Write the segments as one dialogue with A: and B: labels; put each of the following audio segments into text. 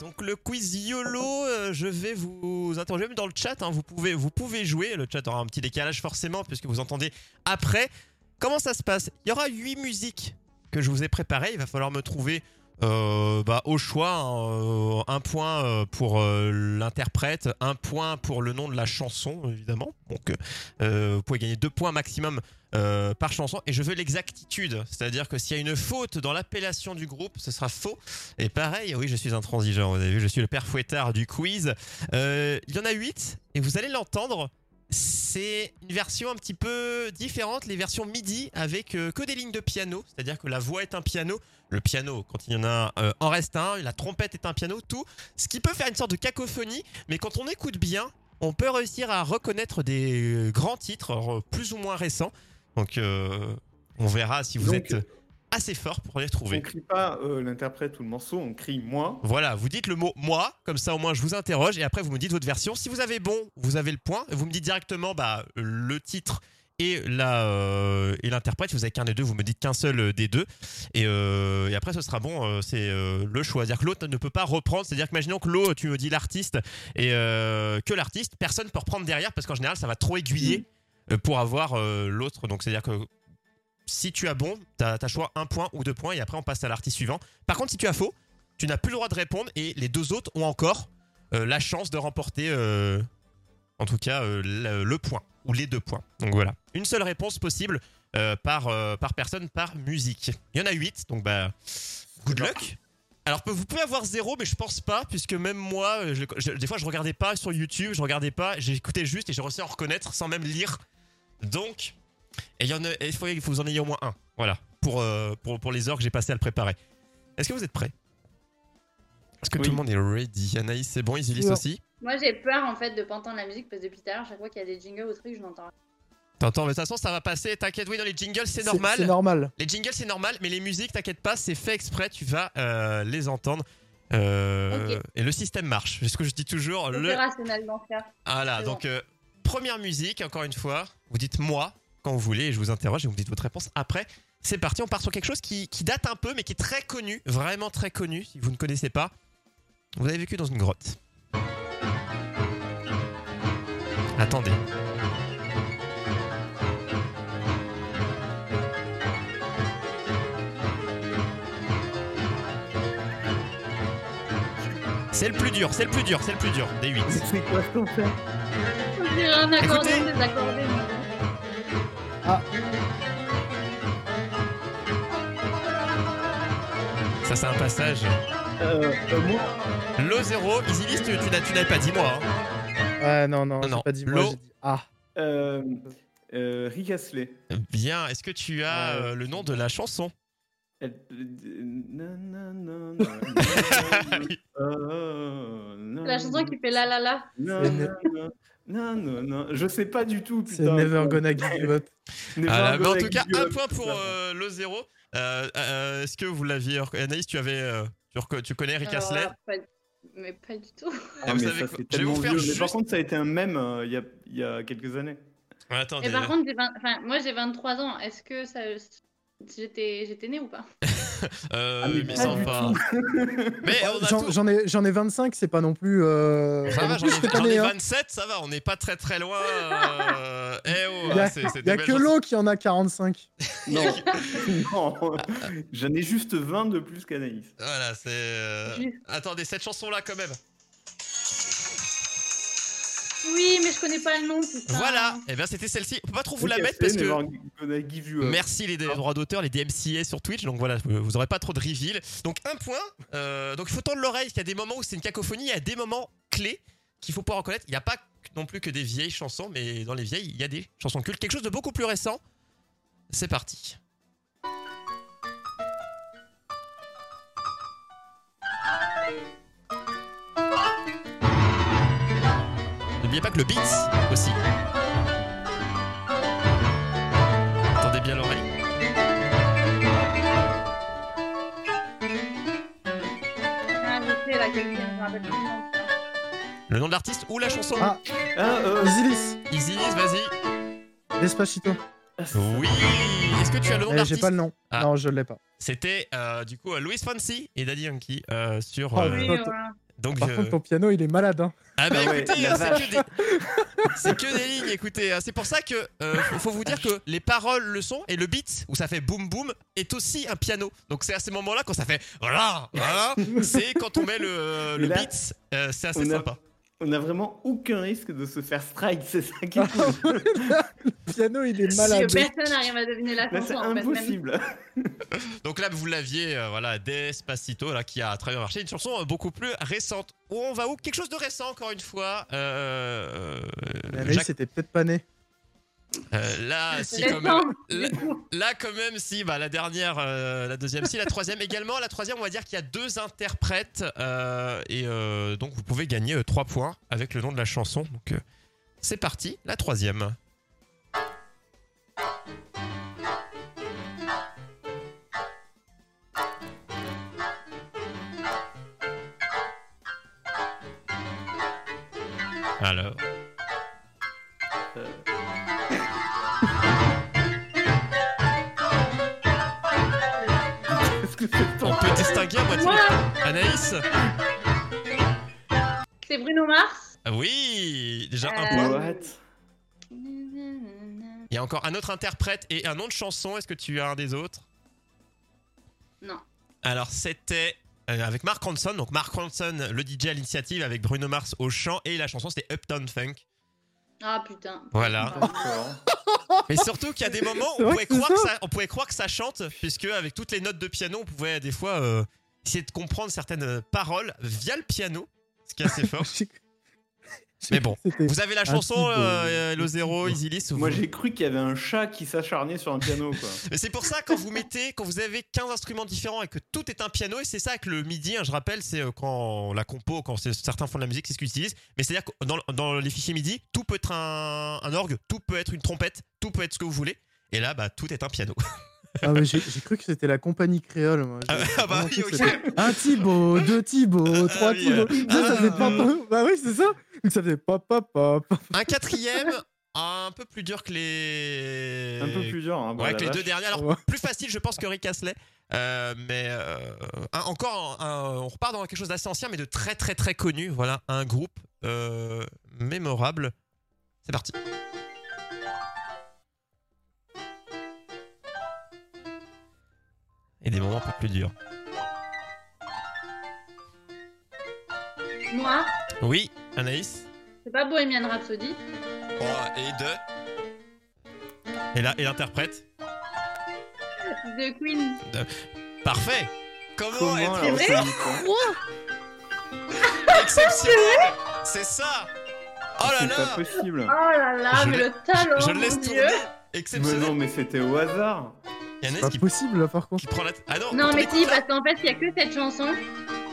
A: Donc le quiz YOLO, euh, je vais vous interroger même dans le chat, hein, vous, pouvez, vous pouvez jouer, le chat aura un petit décalage forcément puisque vous entendez après. Comment ça se passe Il y aura 8 musiques que je vous ai préparées, il va falloir me trouver euh, bah, au choix hein, euh, un point euh, pour euh, l'interprète, un point pour le nom de la chanson évidemment. Donc euh, vous pouvez gagner deux points maximum euh, par chanson et je veux l'exactitude, c'est-à-dire que s'il y a une faute dans l'appellation du groupe, ce sera faux. Et pareil, oui, je suis intransigeant, vous avez vu, je suis le père fouettard du quiz. Euh, il y en a 8 et vous allez l'entendre. C'est une version un petit peu différente, les versions MIDI avec euh, que des lignes de piano, c'est-à-dire que la voix est un piano, le piano quand il y en a euh, en reste un, la trompette est un piano, tout, ce qui peut faire une sorte de cacophonie, mais quand on écoute bien, on peut réussir à reconnaître des euh, grands titres, alors, euh, plus ou moins récents. Donc euh, on verra si vous
B: Donc,
A: êtes euh, assez fort pour les
B: On
A: trouver.
B: crie pas euh, l'interprète ou le morceau, on crie moi.
A: Voilà, vous dites le mot moi, comme ça au moins je vous interroge et après vous me dites votre version. Si vous avez bon, vous avez le point. Vous me dites directement bah, le titre et la euh, et l'interprète. Si vous avez qu'un des deux, vous me dites qu'un seul euh, des deux. Et, euh, et après ce sera bon, euh, c'est euh, le choix. C'est-à-dire que l'autre ne peut pas reprendre. C'est-à-dire qu'imaginons que l'autre, tu me dis l'artiste et euh, que l'artiste, personne peut reprendre derrière parce qu'en général ça va trop aiguiller euh, pour avoir euh, l'autre. Donc c'est-à-dire que si tu as bon, t'as as choix un point ou deux points et après on passe à l'artiste suivant. Par contre, si tu as faux, tu n'as plus le droit de répondre et les deux autres ont encore euh, la chance de remporter, euh, en tout cas, euh, le, le point ou les deux points. Donc voilà, une seule réponse possible euh, par, euh, par personne, par musique. Il y en a huit, donc bah, good luck. Alors pe- vous pouvez avoir zéro, mais je pense pas, puisque même moi, euh, je- je- des fois je regardais pas sur YouTube, je regardais pas, j'écoutais juste et j'ai réussi à en reconnaître sans même lire. Donc, et il y en a- et il faut il faut que vous en ayez au moins un, voilà, pour, euh, pour, pour les heures que j'ai passées à le préparer. Est-ce que vous êtes prêts Est-ce que
B: Oui.
A: tout le monde est ready Anaïs, c'est bon, Isilis
C: Oui.
A: aussi
D: Moi, j'ai peur en fait de pas entendre la musique parce que depuis tout à l'heure, chaque fois qu'il y a des jingles ou trucs, je n'entends rien.
A: T'entends, mais de toute façon ça va passer, t'inquiète, oui, dans les jingles c'est normal.
C: C'est normal.
A: Les jingles c'est normal, mais les musiques, t'inquiète pas, c'est fait exprès, tu vas euh, les entendre. Euh,
D: Ok.
A: Et le système marche, c'est ce que je dis toujours.
D: C'est
A: Oh, Le...
D: rationnel d'en faire.
A: Voilà,
D: C'est
A: donc euh, première musique, encore une fois. Vous dites moi quand vous voulez et je vous interroge et vous me dites votre réponse après. C'est parti, on part sur quelque chose qui, qui date un peu mais qui est très connu, vraiment très connu. Si vous ne connaissez pas, vous avez vécu dans une grotte. Attendez. C'est le plus dur, c'est le plus dur, c'est le plus dur des 8.
C: C'est quoi ce qu'on fait
D: On dirait un accordéon
A: Écoutez.
D: désaccordé.
A: Ça c'est un passage.
C: euh, euh, moi
A: L'eau zéro, Isilis, tu, tu n'as- tu n'avais pas dit moi. hein.
C: Ouais, Ah, non, non,
A: Non,
C: j'ai
A: non,
C: pas dit
A: l'eau.
C: moi, j'ai dit ah.
B: Euh, euh, Rick Astley.
A: Bien, est-ce que tu as
C: Ouais.
A: euh, le nom de la chanson
B: Elle- euh, nanana,
D: La chanson qui fait la la la.
B: nanana, nanana. Je sais pas du tout, putain.
C: C'est Never Gonna Give Up.
B: Never
A: Ah, mais En
B: gonna
A: tout cas,
B: give
A: un
B: up.
A: point pour euh, l'eau zéro. Euh, euh, est-ce que vous l'aviez rec- Anaïs, tu avais, euh, tu, reco- tu connais Rick
D: Alors
A: Astley
D: là, pas- Mais pas du tout.
B: Ah,
A: vous
B: mais
A: savez
B: ça,
A: quoi
B: c'est
A: Je vais vous
B: tellement
A: faire
B: vieux. Mais
A: juste-
B: par contre, ça a été un mème euh, il y, a, il y a quelques années.
A: Ouais, Attendez. hein.
D: Et par contre, j'ai 20 enfin, moi j'ai 23 ans. Est-ce que ça... j'étais j'étais née ou pas
A: Euh,
B: Ah, mais
A: mais
B: pas
A: ça
B: du
A: va. Mais on a
C: Ah, J'en
A: tout.
C: j'en ai, j'en ai 25, c'est pas non plus. Euh,
A: Ça
C: pas
A: va,
C: non
A: j'en ai,
C: plus cette
A: j'en ai
C: année, hein.
A: 27, ça va, on n'est pas très très loin. euh, Eh oh,
C: Y a-
A: c'est, c'est
C: Y a
A: des
C: que
A: belles
C: l'eau qui en a 45.
B: Non, non. j'en ai juste 20 de plus qu'Anaïs.
A: Voilà, c'est. euh,
D: Juste.
A: Attendez, cette chanson-là, quand même.
D: Oui, mais je connais pas le nom. Putain.
A: Voilà, et bien c'était celle-ci. On peut pas trop vous la
B: Rick
A: mettre parce
B: Astley,
A: que.
B: Never Gonna Give You Up.
A: Merci les droits d'auteur, les DMCA sur Twitch. Donc voilà, vous vous aurez pas trop de reveal. Donc un point. euh, donc il faut tendre l'oreille. parce qu'il y a des moments où c'est une cacophonie, il y a des moments clés qu'il faut pas reconnaître. Il n'y a pas non plus que des vieilles chansons, mais dans les vieilles, il y a des chansons cultes. Quelque chose de beaucoup plus récent. C'est parti. N'oubliez pas que le beats aussi. Tendez bien l'oreille.
D: Ah, je sais, la question, je me rappelle plus le nom.
A: Le nom de l'artiste ou la chanson
C: Ah.
B: Ah, euh,
C: Isilis,
A: Easy, vas-y.
C: Despacito.
B: ah, c'est-
A: Oui. Est-ce que tu as le nom
C: Eh, J'ai
A: d'artiste
C: pas le nom.
A: Ah.
C: Non, je l'ai pas.
A: C'était euh, du coup euh, Louis Fonsi et Daddy Yankee euh, sur.
C: Oh,
A: euh,
D: Oui,
C: Note.
D: voilà.
A: donc
C: Par
A: euh,
C: contre, ton piano, il est malade. Hein.
A: ah bah
B: Ah ouais,
A: écoutez,
B: la
A: euh, c'est que,
B: vache.
A: des... c'est que des lignes. Écoutez, Euh, c'est pour ça que euh, faut- faut vous dire que les paroles le sont et le beat où ça fait boum boum est aussi un piano. Donc c'est à ces moments-là quand ça fait voilà, voilà, c'est quand on met le, le
B: Mais là,
A: beat, euh, c'est assez
B: on a-
A: sympa.
B: On a vraiment aucun risque de se faire strike, c'est ça qui est cool.
C: Le piano, il est
D: Parce
C: malade.
D: que personne n'arrive à deviner la
B: Là, c'est
D: chanson. en fait, même-
B: impossible.
A: Donc là, vous l'aviez, euh, voilà, Despacito, là, qui a très bien marché. Une chanson euh, beaucoup plus récente. Où on va où Quelque chose de récent, encore une fois. Euh,
C: Mais
A: euh,
C: Anaïs,
A: Jacques,
C: c'était peut-être pas né.
A: euh, là, si,
D: Les
A: quand même.
D: gens,
A: Là,
D: du coup.
A: là, quand même, si, bah, la dernière, euh, la deuxième, si, la troisième également. La troisième, on va dire qu'il y a deux interprètes. euh, et euh, donc, vous pouvez gagner euh, trois points avec le nom de la chanson. Donc, euh, c'est parti, la troisième. Alors.
B: Qu'est-ce que c'est
A: On
B: ton
A: peut distinguer à moitié.
D: Moi,
A: Anaïs
D: c'est Bruno Mars.
A: Ah Oui Déjà un
D: Euh,
A: point.
B: What
A: Il y a encore un autre interprète et un nom de chanson. Est-ce que tu as un des autres
D: Non.
A: Alors, c'était euh, avec Mark Ronson. Donc, Mark Ronson, le DJ à l'initiative, avec Bruno Mars au chant. Et la chanson, c'était Uptown Funk.
D: Ah putain.
A: Voilà.
D: Euh,
B: D'accord.
A: Mais surtout qu'il y a des moments
C: C'est
A: où on
C: vrai
A: pouvait,
C: que c'est
A: croire que ça, on pouvait croire que ça chante, puisque avec toutes les notes de piano, on pouvait des fois euh, essayer de comprendre certaines euh, paroles via le piano, ce qui est assez fort.
C: J'ai cru-
A: Oh. Mais bon.
C: C'était-
A: Vous avez la
C: Un
A: chanson,
C: petit peu.
A: euh, Le Zéro, Isilis
B: Moi, j'ai cru qu'il y avait un chat qui s'acharnait sur un piano, quoi.
A: Mais c'est pour ça quand vous mettez, quand vous avez 15 instruments différents et que tout est un piano, et c'est ça que le midi, hein, je rappelle, c'est euh, quand la compo, quand c'est- certains font de la musique, c'est ce qu'ils utilisent. Mais c'est-à-dire que dans, dans les fichiers midi, tout peut être un, un orgue, tout peut être une trompette, tout peut être ce que vous voulez. Et là, bah, tout est un piano.
C: Ah, mais J'ai j'ai cru que c'était la compagnie créole. Moi. J'ai
A: Ah bah
C: vraiment
A: oui,
C: cru que
A: ok.
C: c'était Un Thibaut, deux Thibaut, trois
A: oui,
C: Thibaut.
A: euh,
C: Ça, ça
A: ah,
C: faisait pop,
A: euh.
C: pop. Bah oui, c'est ça. Donc ça faisait pop, pop, pop.
A: Un quatrième, un peu plus dur que les.
B: Un peu plus dur. Hein,
A: Ouais,
B: bah, la
A: que les
B: vache.
A: deux derniers. Alors,
C: Ouais.
A: plus facile, je pense, que Rick Astley. Euh, mais euh, un- encore, un- un- on repart dans quelque chose d'assez ancien, mais de très, très, très connu. Voilà, un groupe euh, mémorable. C'est parti. Et des moments un peu plus durs.
D: Moi,
A: Oui, Anaïs.
D: c'est pas Bohemian Rhapsody.
A: et deux. Et là, et l'interprète.
D: The Queen.
A: Parfait. Comment,
B: Comment
A: être-
B: alors, hein
D: vrai
B: ça dit quoi
A: Exceptionnel C'est ça Oh là
B: C'est
A: là Ah,
B: pas possible.
D: Oh là là,
A: Je
D: mais
A: l'ai-
D: le talent.
A: Je le laisse
D: mon Dieu.
A: tourner
B: Mais non,
A: Exceptionnel
B: mais c'était au hasard.
A: Il y en a
C: Pas
A: qui,
C: possible, là, par contre.
A: qui prend la... Ah non
D: Non,
A: quand
D: mais
A: on
D: si,
A: écoute là-
D: parce qu'en fait, il y a que cette chanson.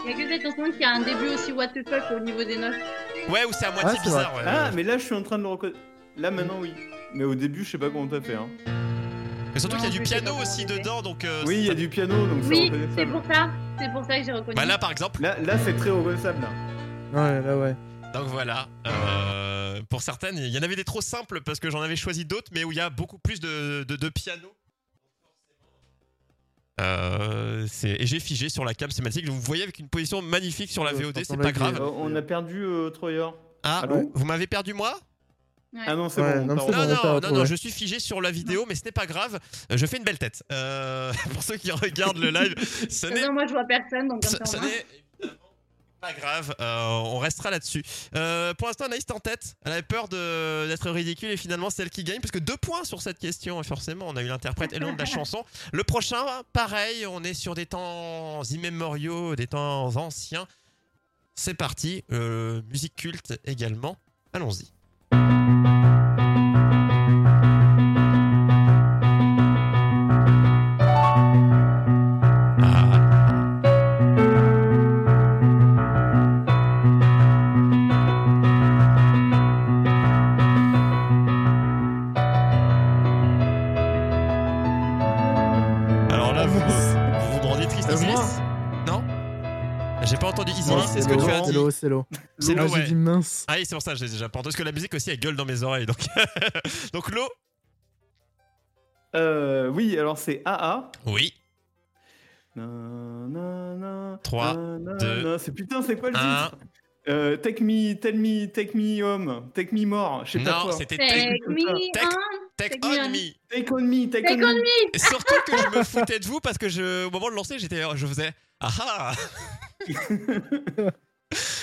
D: Il y a que cette chanson qui a un début aussi what the fuck au niveau des notes.
A: Ouais, ou c'est à moitié
C: Ah, c'est vrai.
A: bizarre, ouais.
B: Ah, mais là, je suis en train de le reconnaître. Là, maintenant, oui. Mais au début, je sais pas comment t'as fait. Hein.
A: Mais surtout qu'il y a du
D: Non, je sais
A: piano
D: pas
A: aussi
D: comment
A: dedans, donc... euh,
B: Oui, il y a
A: ça-
B: du piano, donc c'est
D: Oui, c'est
B: reconnaissable.
D: pour ça. C'est pour ça que j'ai reconnu.
A: Bah là, par exemple,
B: Là, là c'est très reconnaissable. Là.
C: Ouais, là, ouais.
A: donc voilà, euh, pour certaines, il y en avait des trop simples parce que j'en avais choisi d'autres, mais où il y a beaucoup plus de, de, de piano. Euh, c'est- et j'ai figé sur la cam sématique, vous voyez avec une position magnifique sur la
C: Ouais, je
A: VOD, c'est
C: t'entends
A: pas
C: laguer.
A: grave.
B: Euh, on a perdu euh, Troyer.
A: Ah,
B: Allô
A: vous m'avez perdu moi
D: Ouais.
B: Ah non, c'est
C: Ouais,
B: bon.
C: non,
B: on
C: mais c'est
B: t'a
A: Non,
B: retrouvé.
C: bon. on t'a
A: non, non, non,
C: retrouvé.
A: je suis figé sur la vidéo, mais ce n'est pas grave. Euh, Je fais une belle tête. Euh, pour ceux qui regardent le live, ce
D: Parce
A: n'est,
D: que moi, je vois personne, donc comme
A: ce,
D: ça,
A: ce
D: on
A: n'est évidemment pas grave. Euh, on restera là-dessus. Euh, pour l'instant, Anaïs est en tête. Elle avait peur de, d'être ridicule et finalement, c'est elle qui gagne, parce que deux points sur cette question. Et forcément, on a eu l'interprète et le nom de la chanson. Le prochain, pareil, on est sur des temps immémoriaux, des temps anciens. c'est parti. Euh, musique culte également. Allons-y. Ah, alors là, Ah, vous me, vous me rendez triste,
C: Euh,
A: Isilis
C: moi
A: Non J'ai pas entendu Isilis,
C: Moi,
A: c'est ce que
C: l'eau,
A: tu as dit.
C: C'est l'eau, c'est l'eau.
A: C'est
C: Ah,
A: l'eau, ouais.
C: J'ai dit mince.
A: Ah oui, c'est pour ça, j'ai déjà pas entendu. Parce que la musique aussi, elle gueule dans mes oreilles. Donc, donc l'eau
B: Euh, oui, alors c'est AA.
A: Oui. Trois,
B: 3,
A: deux,
B: C'est putain, c'est quoi le
A: un.
B: titre Euh, Take me, tell me, take me home, take me more, je sais pas
A: Non,
B: quoi.
A: c'était Take,
D: Take me
A: Tech-
D: on.
A: Tech
D: Take Me
A: On
D: On.
A: Me.
B: Take on me, take,
D: Take
B: on
D: on
B: me.
A: Et surtout que je me foutais de vous parce que je, au moment de lancer, j'étais, je faisais ah ah.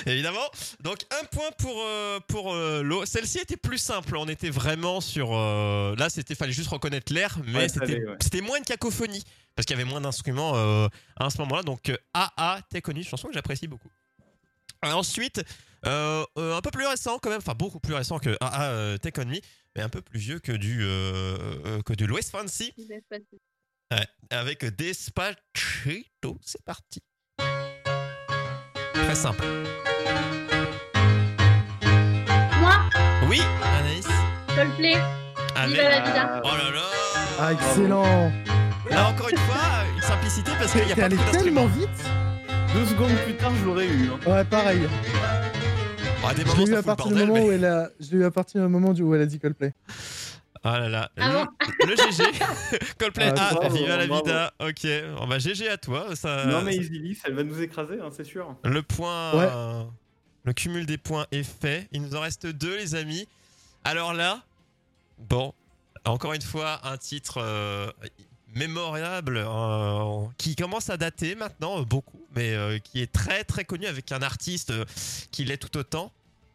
A: Évidemment. Donc un point pour euh, pour euh, l'eau. Celle-ci était plus simple. On était vraiment sur. euh, là, c'était fallait juste reconnaître l'air, mais
B: Ouais, ça
A: c'était
B: allait, ouais.
A: c'était moins une cacophonie parce qu'il y avait moins d'instruments euh, à ce moment-là. Donc euh, AA, t'es connu, chanson que j'apprécie beaucoup. Euh, ensuite, euh, euh, un peu plus récent quand même, enfin beaucoup plus récent que AA euh, Take On Me, mais un peu plus vieux que du euh, euh, que du Louis Fancy avec Despacito. C'est parti. Très simple.
D: Moi,
A: Oui, Anaïs.
D: Coldplay.
A: Avec...
D: Viva la vida.
B: Ah,
A: Oh là là
C: Ah, excellent.
A: Là encore une fois, une simplicité parce qu'il n'y a
C: T'es
A: pas
C: allé
A: beaucoup
C: tellement
A: d'instruments.
C: vite.
B: Deux secondes plus tard, je l'aurais eu. hein.
C: Ouais, pareil.
A: Ah, des
C: Je
A: moments,
C: l'ai eu
A: ça
C: à
A: fout le
C: partir du
A: bordel.
C: moment
A: mais-
C: où elle a, je l'ai eu à partir du moment où elle a dit Coldplay.
A: Ah là là,
D: Ah
A: le, le GG. Coldplay,
C: Ah,
A: ah,
B: bravo,
A: viva la
B: bravo.
A: vida. Ok, oh, bah, GG à toi. Ça,
B: non, mais Isilis, elle va nous écraser, hein, c'est sûr.
A: Le point.
C: Ouais.
A: euh, le cumul des points est fait. Il nous en reste deux, les amis. Alors là, bon, encore une fois, un titre euh, mémorable euh, qui commence à dater maintenant euh, beaucoup, mais euh, qui est très très connu avec un artiste euh, qui l'est tout autant.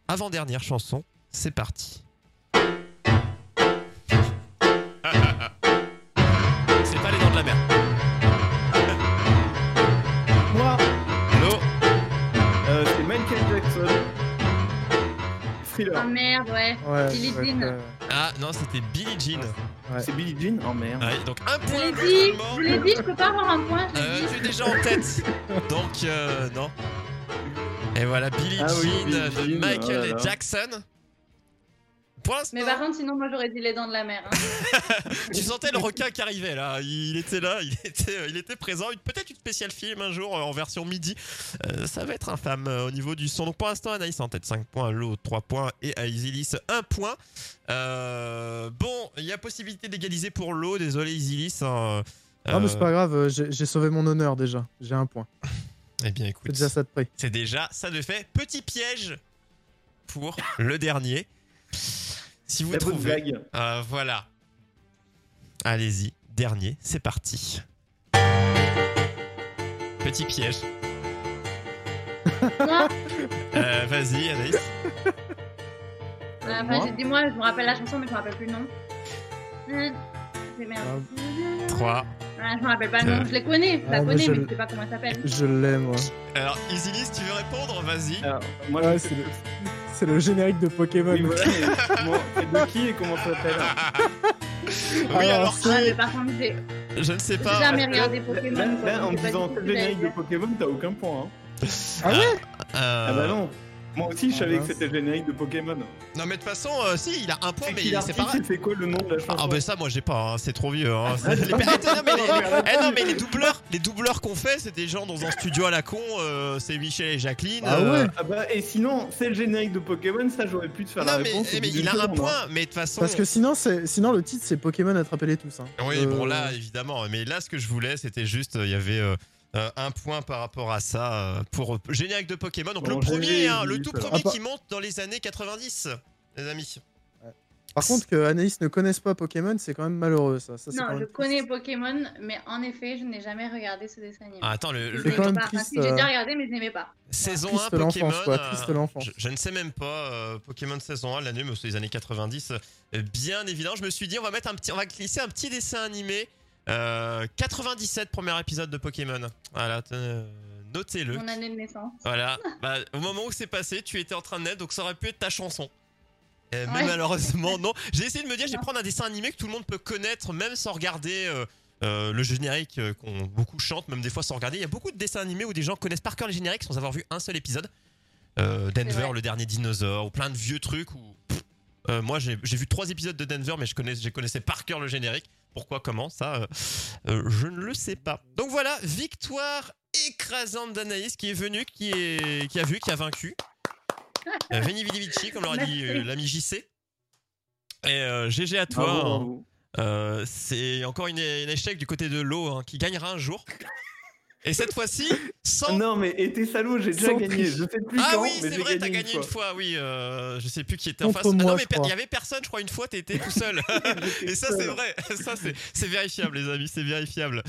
A: Avant-dernière chanson, c'est parti. c'est pas les dents de la mer.
B: Moi,
A: L'eau.
B: euh, c'est Michael Jackson.
D: Ah
B: Thriller.
D: merde, ouais.
C: Ouais. euh,
D: Billie
C: ouais,
D: Jean.
C: ouais.
A: Ah non, c'était Billie Jean.
C: Ouais.
B: C'est Billie Jean Oh merde.
A: Ouais, donc un
D: Je
A: point
D: l'ai
A: le
D: dit,
A: seulement.
D: je vous l'ai dit, je peux pas avoir un point, je l'ai
A: Euh,
D: dit.
A: tu es déjà en tête. Donc, euh, non. Et voilà, Billie
B: Ah oui,
A: Jean
B: Billie
A: de
B: Jean,
A: Michael
B: oh là là.
A: Jackson. Pour l'instant,
D: Mais par contre, sinon, moi, j'aurais dit les dents de la mer. hein.
A: tu sentais le requin qui arrivait là. Il était là, il était, euh, il était présent. Une- Peut-être une spéciale film un jour euh, en version midi. Euh, ça va être infâme euh, au niveau du son. Donc pour l'instant, Anaïs en tête 5 points, Lo 3 points et Isilis 1 point. Euh, bon, il y a possibilité d'égaliser pour Lo. Désolé, Isilis. hein.
C: Ah, mais c'est
A: Euh,
C: pas grave, euh, j'ai j'ai sauvé mon honneur déjà. J'ai un point.
A: Eh bien,
C: C'est
A: écoute.
C: déjà ça de près.
A: C'est déjà ça de fait. Petit piège pour le dernier. Si vous
B: La bonne
A: trouvez.
B: blague.
A: Euh, voilà. Allez-y, dernier, c'est parti. Petit piège.
D: Moi,
A: Euh, Vas-y, Anaïs.
D: euh,
B: moi
D: enfin, j'ai dit moi, je me rappelle la chanson, mais je me rappelle plus le nom. Hum, C'est
C: Ah.
D: merde.
A: 3.
D: Ah, je me rappelle pas le nom, je les connais, je
C: Ah,
D: la
C: moi,
D: connais,
C: je
D: mais
C: le-
D: je sais pas comment elle s'appelle.
C: Je l'aime, ouais.
A: Alors, Isilis, tu veux répondre Vas-y.
B: Alors, Ah, moi,
C: Ouais,
B: je
C: c'est le... c'est le générique de Pokémon.
B: Oui, voilà, mais comment- c'est de qui et comment ça s'appelle
A: oui, alors,
C: alors,
A: qui
D: Ouais, mais par contre, Ah, j'ai
A: Je ne sais
D: j'ai
A: pas.
D: jamais
B: Parce que
D: regardé
B: Là,
D: Pokémon. quoi,
B: là, en
D: donc
B: me
D: c'est pas
B: disant
D: du
B: que
D: tout
B: le
D: la
B: générique de
D: idée.
B: Pokémon, t'as aucun point. hein.
C: Ah ouais
A: Euh,
B: Ah bah non. Moi aussi, je
C: Ah
B: savais que
C: mince.
B: c'était le générique de Pokémon.
A: Non, mais de toute façon, euh, si, il a un point,
B: C'est
A: mais
B: qui
A: c'est
B: l'artiste
A: pas grave.
B: et c'est quoi le nom de la chanson
A: Ah bah ça moi j'ai pas, hein, c'est trop vieux. Hein. C'est- les- Attends, non, mais les... eh, non, mais les doubleurs, les doubleurs qu'on fait, c'est des gens dans un studio à la con. euh, c'est Michel et Jacqueline.
C: Ah
A: euh,
C: ouais
B: Ah bah, et sinon, c'est le générique de Pokémon, ça j'aurais pu te faire
A: Non
B: la
A: mais,
B: réponse.
A: eh,
B: au
A: mais
B: bout
A: il
B: d'une
A: a un
B: seconde,
A: point, mais de toute façon.
C: hein. Parce que sinon, c'est sinon le titre c'est Pokémon attrapez-les tous. Hein.
A: Oui,
C: Euh,
A: bon là évidemment, mais là ce que je voulais, c'était juste, euh, il y avait. euh, euh, un point par rapport à ça euh, pour euh, générique de Pokémon. Donc
B: Bon,
A: le
B: j'ai-
A: premier,
B: j'ai
A: hein, le
B: oublié
A: tout
B: ça.
A: premier
C: Ah, pas-
A: qui monte dans les années 90, les amis.
C: Par contre, que Anaïs ne connaisse pas Pokémon, c'est quand même malheureux ça. ça c'est quand
D: Non,
C: même
D: je
C: triste.
D: connais Pokémon, mais en effet, je n'ai jamais regardé ce dessin animé.
A: Ah, attends, le,
D: Je
A: le-
C: C'est
D: n'aimais
C: quand même
D: pas. Enfin,
C: triste,
D: si, j'ai
C: euh,
D: déjà regardé, mais je n'aimais pas.
A: saison 1
C: Triste
A: Pokémon.
C: l'enfance quoi,
A: euh,
C: triste l'enfance.
A: Je, je ne sais même pas, euh, Pokémon saison 1, l'année, mais c'est les années 90. euh, Bien évident, je me suis dit, on va, mettre un petit, on va glisser un petit dessin animé. euh, 97, premier épisode de Pokémon. Voilà, t- euh, Notez-le.
D: Mon année de naissance.
A: Voilà. Bah, au moment où c'est passé, tu étais en train de naître, donc ça aurait pu être ta chanson. Euh, mais
D: Ouais.
A: malheureusement, non. J'ai essayé de me dire, je vais prendre un dessin animé que tout le monde peut connaître, même sans regarder euh, euh, le générique euh, qu'on beaucoup chante, même des fois sans regarder. Il y a beaucoup de dessins animés où des gens connaissent par cœur les génériques sans avoir vu un seul épisode. Euh,
D: C'est
A: Denver,
D: vrai.
A: le dernier dinosaure, ou plein de vieux trucs. Où, pff, euh, moi, j'ai j'ai vu trois épisodes de Denver, mais je connais, je connaissais par cœur le générique. Pourquoi, comment, ça, euh, euh, je ne le sais pas. Donc voilà, victoire écrasante d'Anaïs qui est venue, qui, est, qui a vu, qui a vaincu. Euh, Veni Vidi Vici, comme l'aurait dit euh,
D: Merci.
A: l'ami JC. Et euh, GG à toi.
C: Oh.
B: Bravo,
A: hein.
B: bravo.
A: Euh, C'est encore une, un échec du côté de l'eau hein, qui gagnera un jour. Et cette fois-ci, sans.
B: Non, mais et t'es salaud, j'ai déjà
C: Sans
B: gagné.
C: triche.
B: Je sais plus
A: ah
B: quand,
A: oui,
B: mais
A: c'est
B: j'ai
A: vrai,
B: gagné,
A: t'as
B: une
A: gagné une
B: fois.
A: fois, oui. euh, je sais plus qui était en
C: Contre
A: face. Ah
C: moi,
A: non, mais
C: je
A: per- il
C: crois.
A: y avait personne, je crois, une fois, t'étais tout seul. Et ça, c'est vrai. Ça, c'est c'est vérifiable, les amis, c'est vérifiable.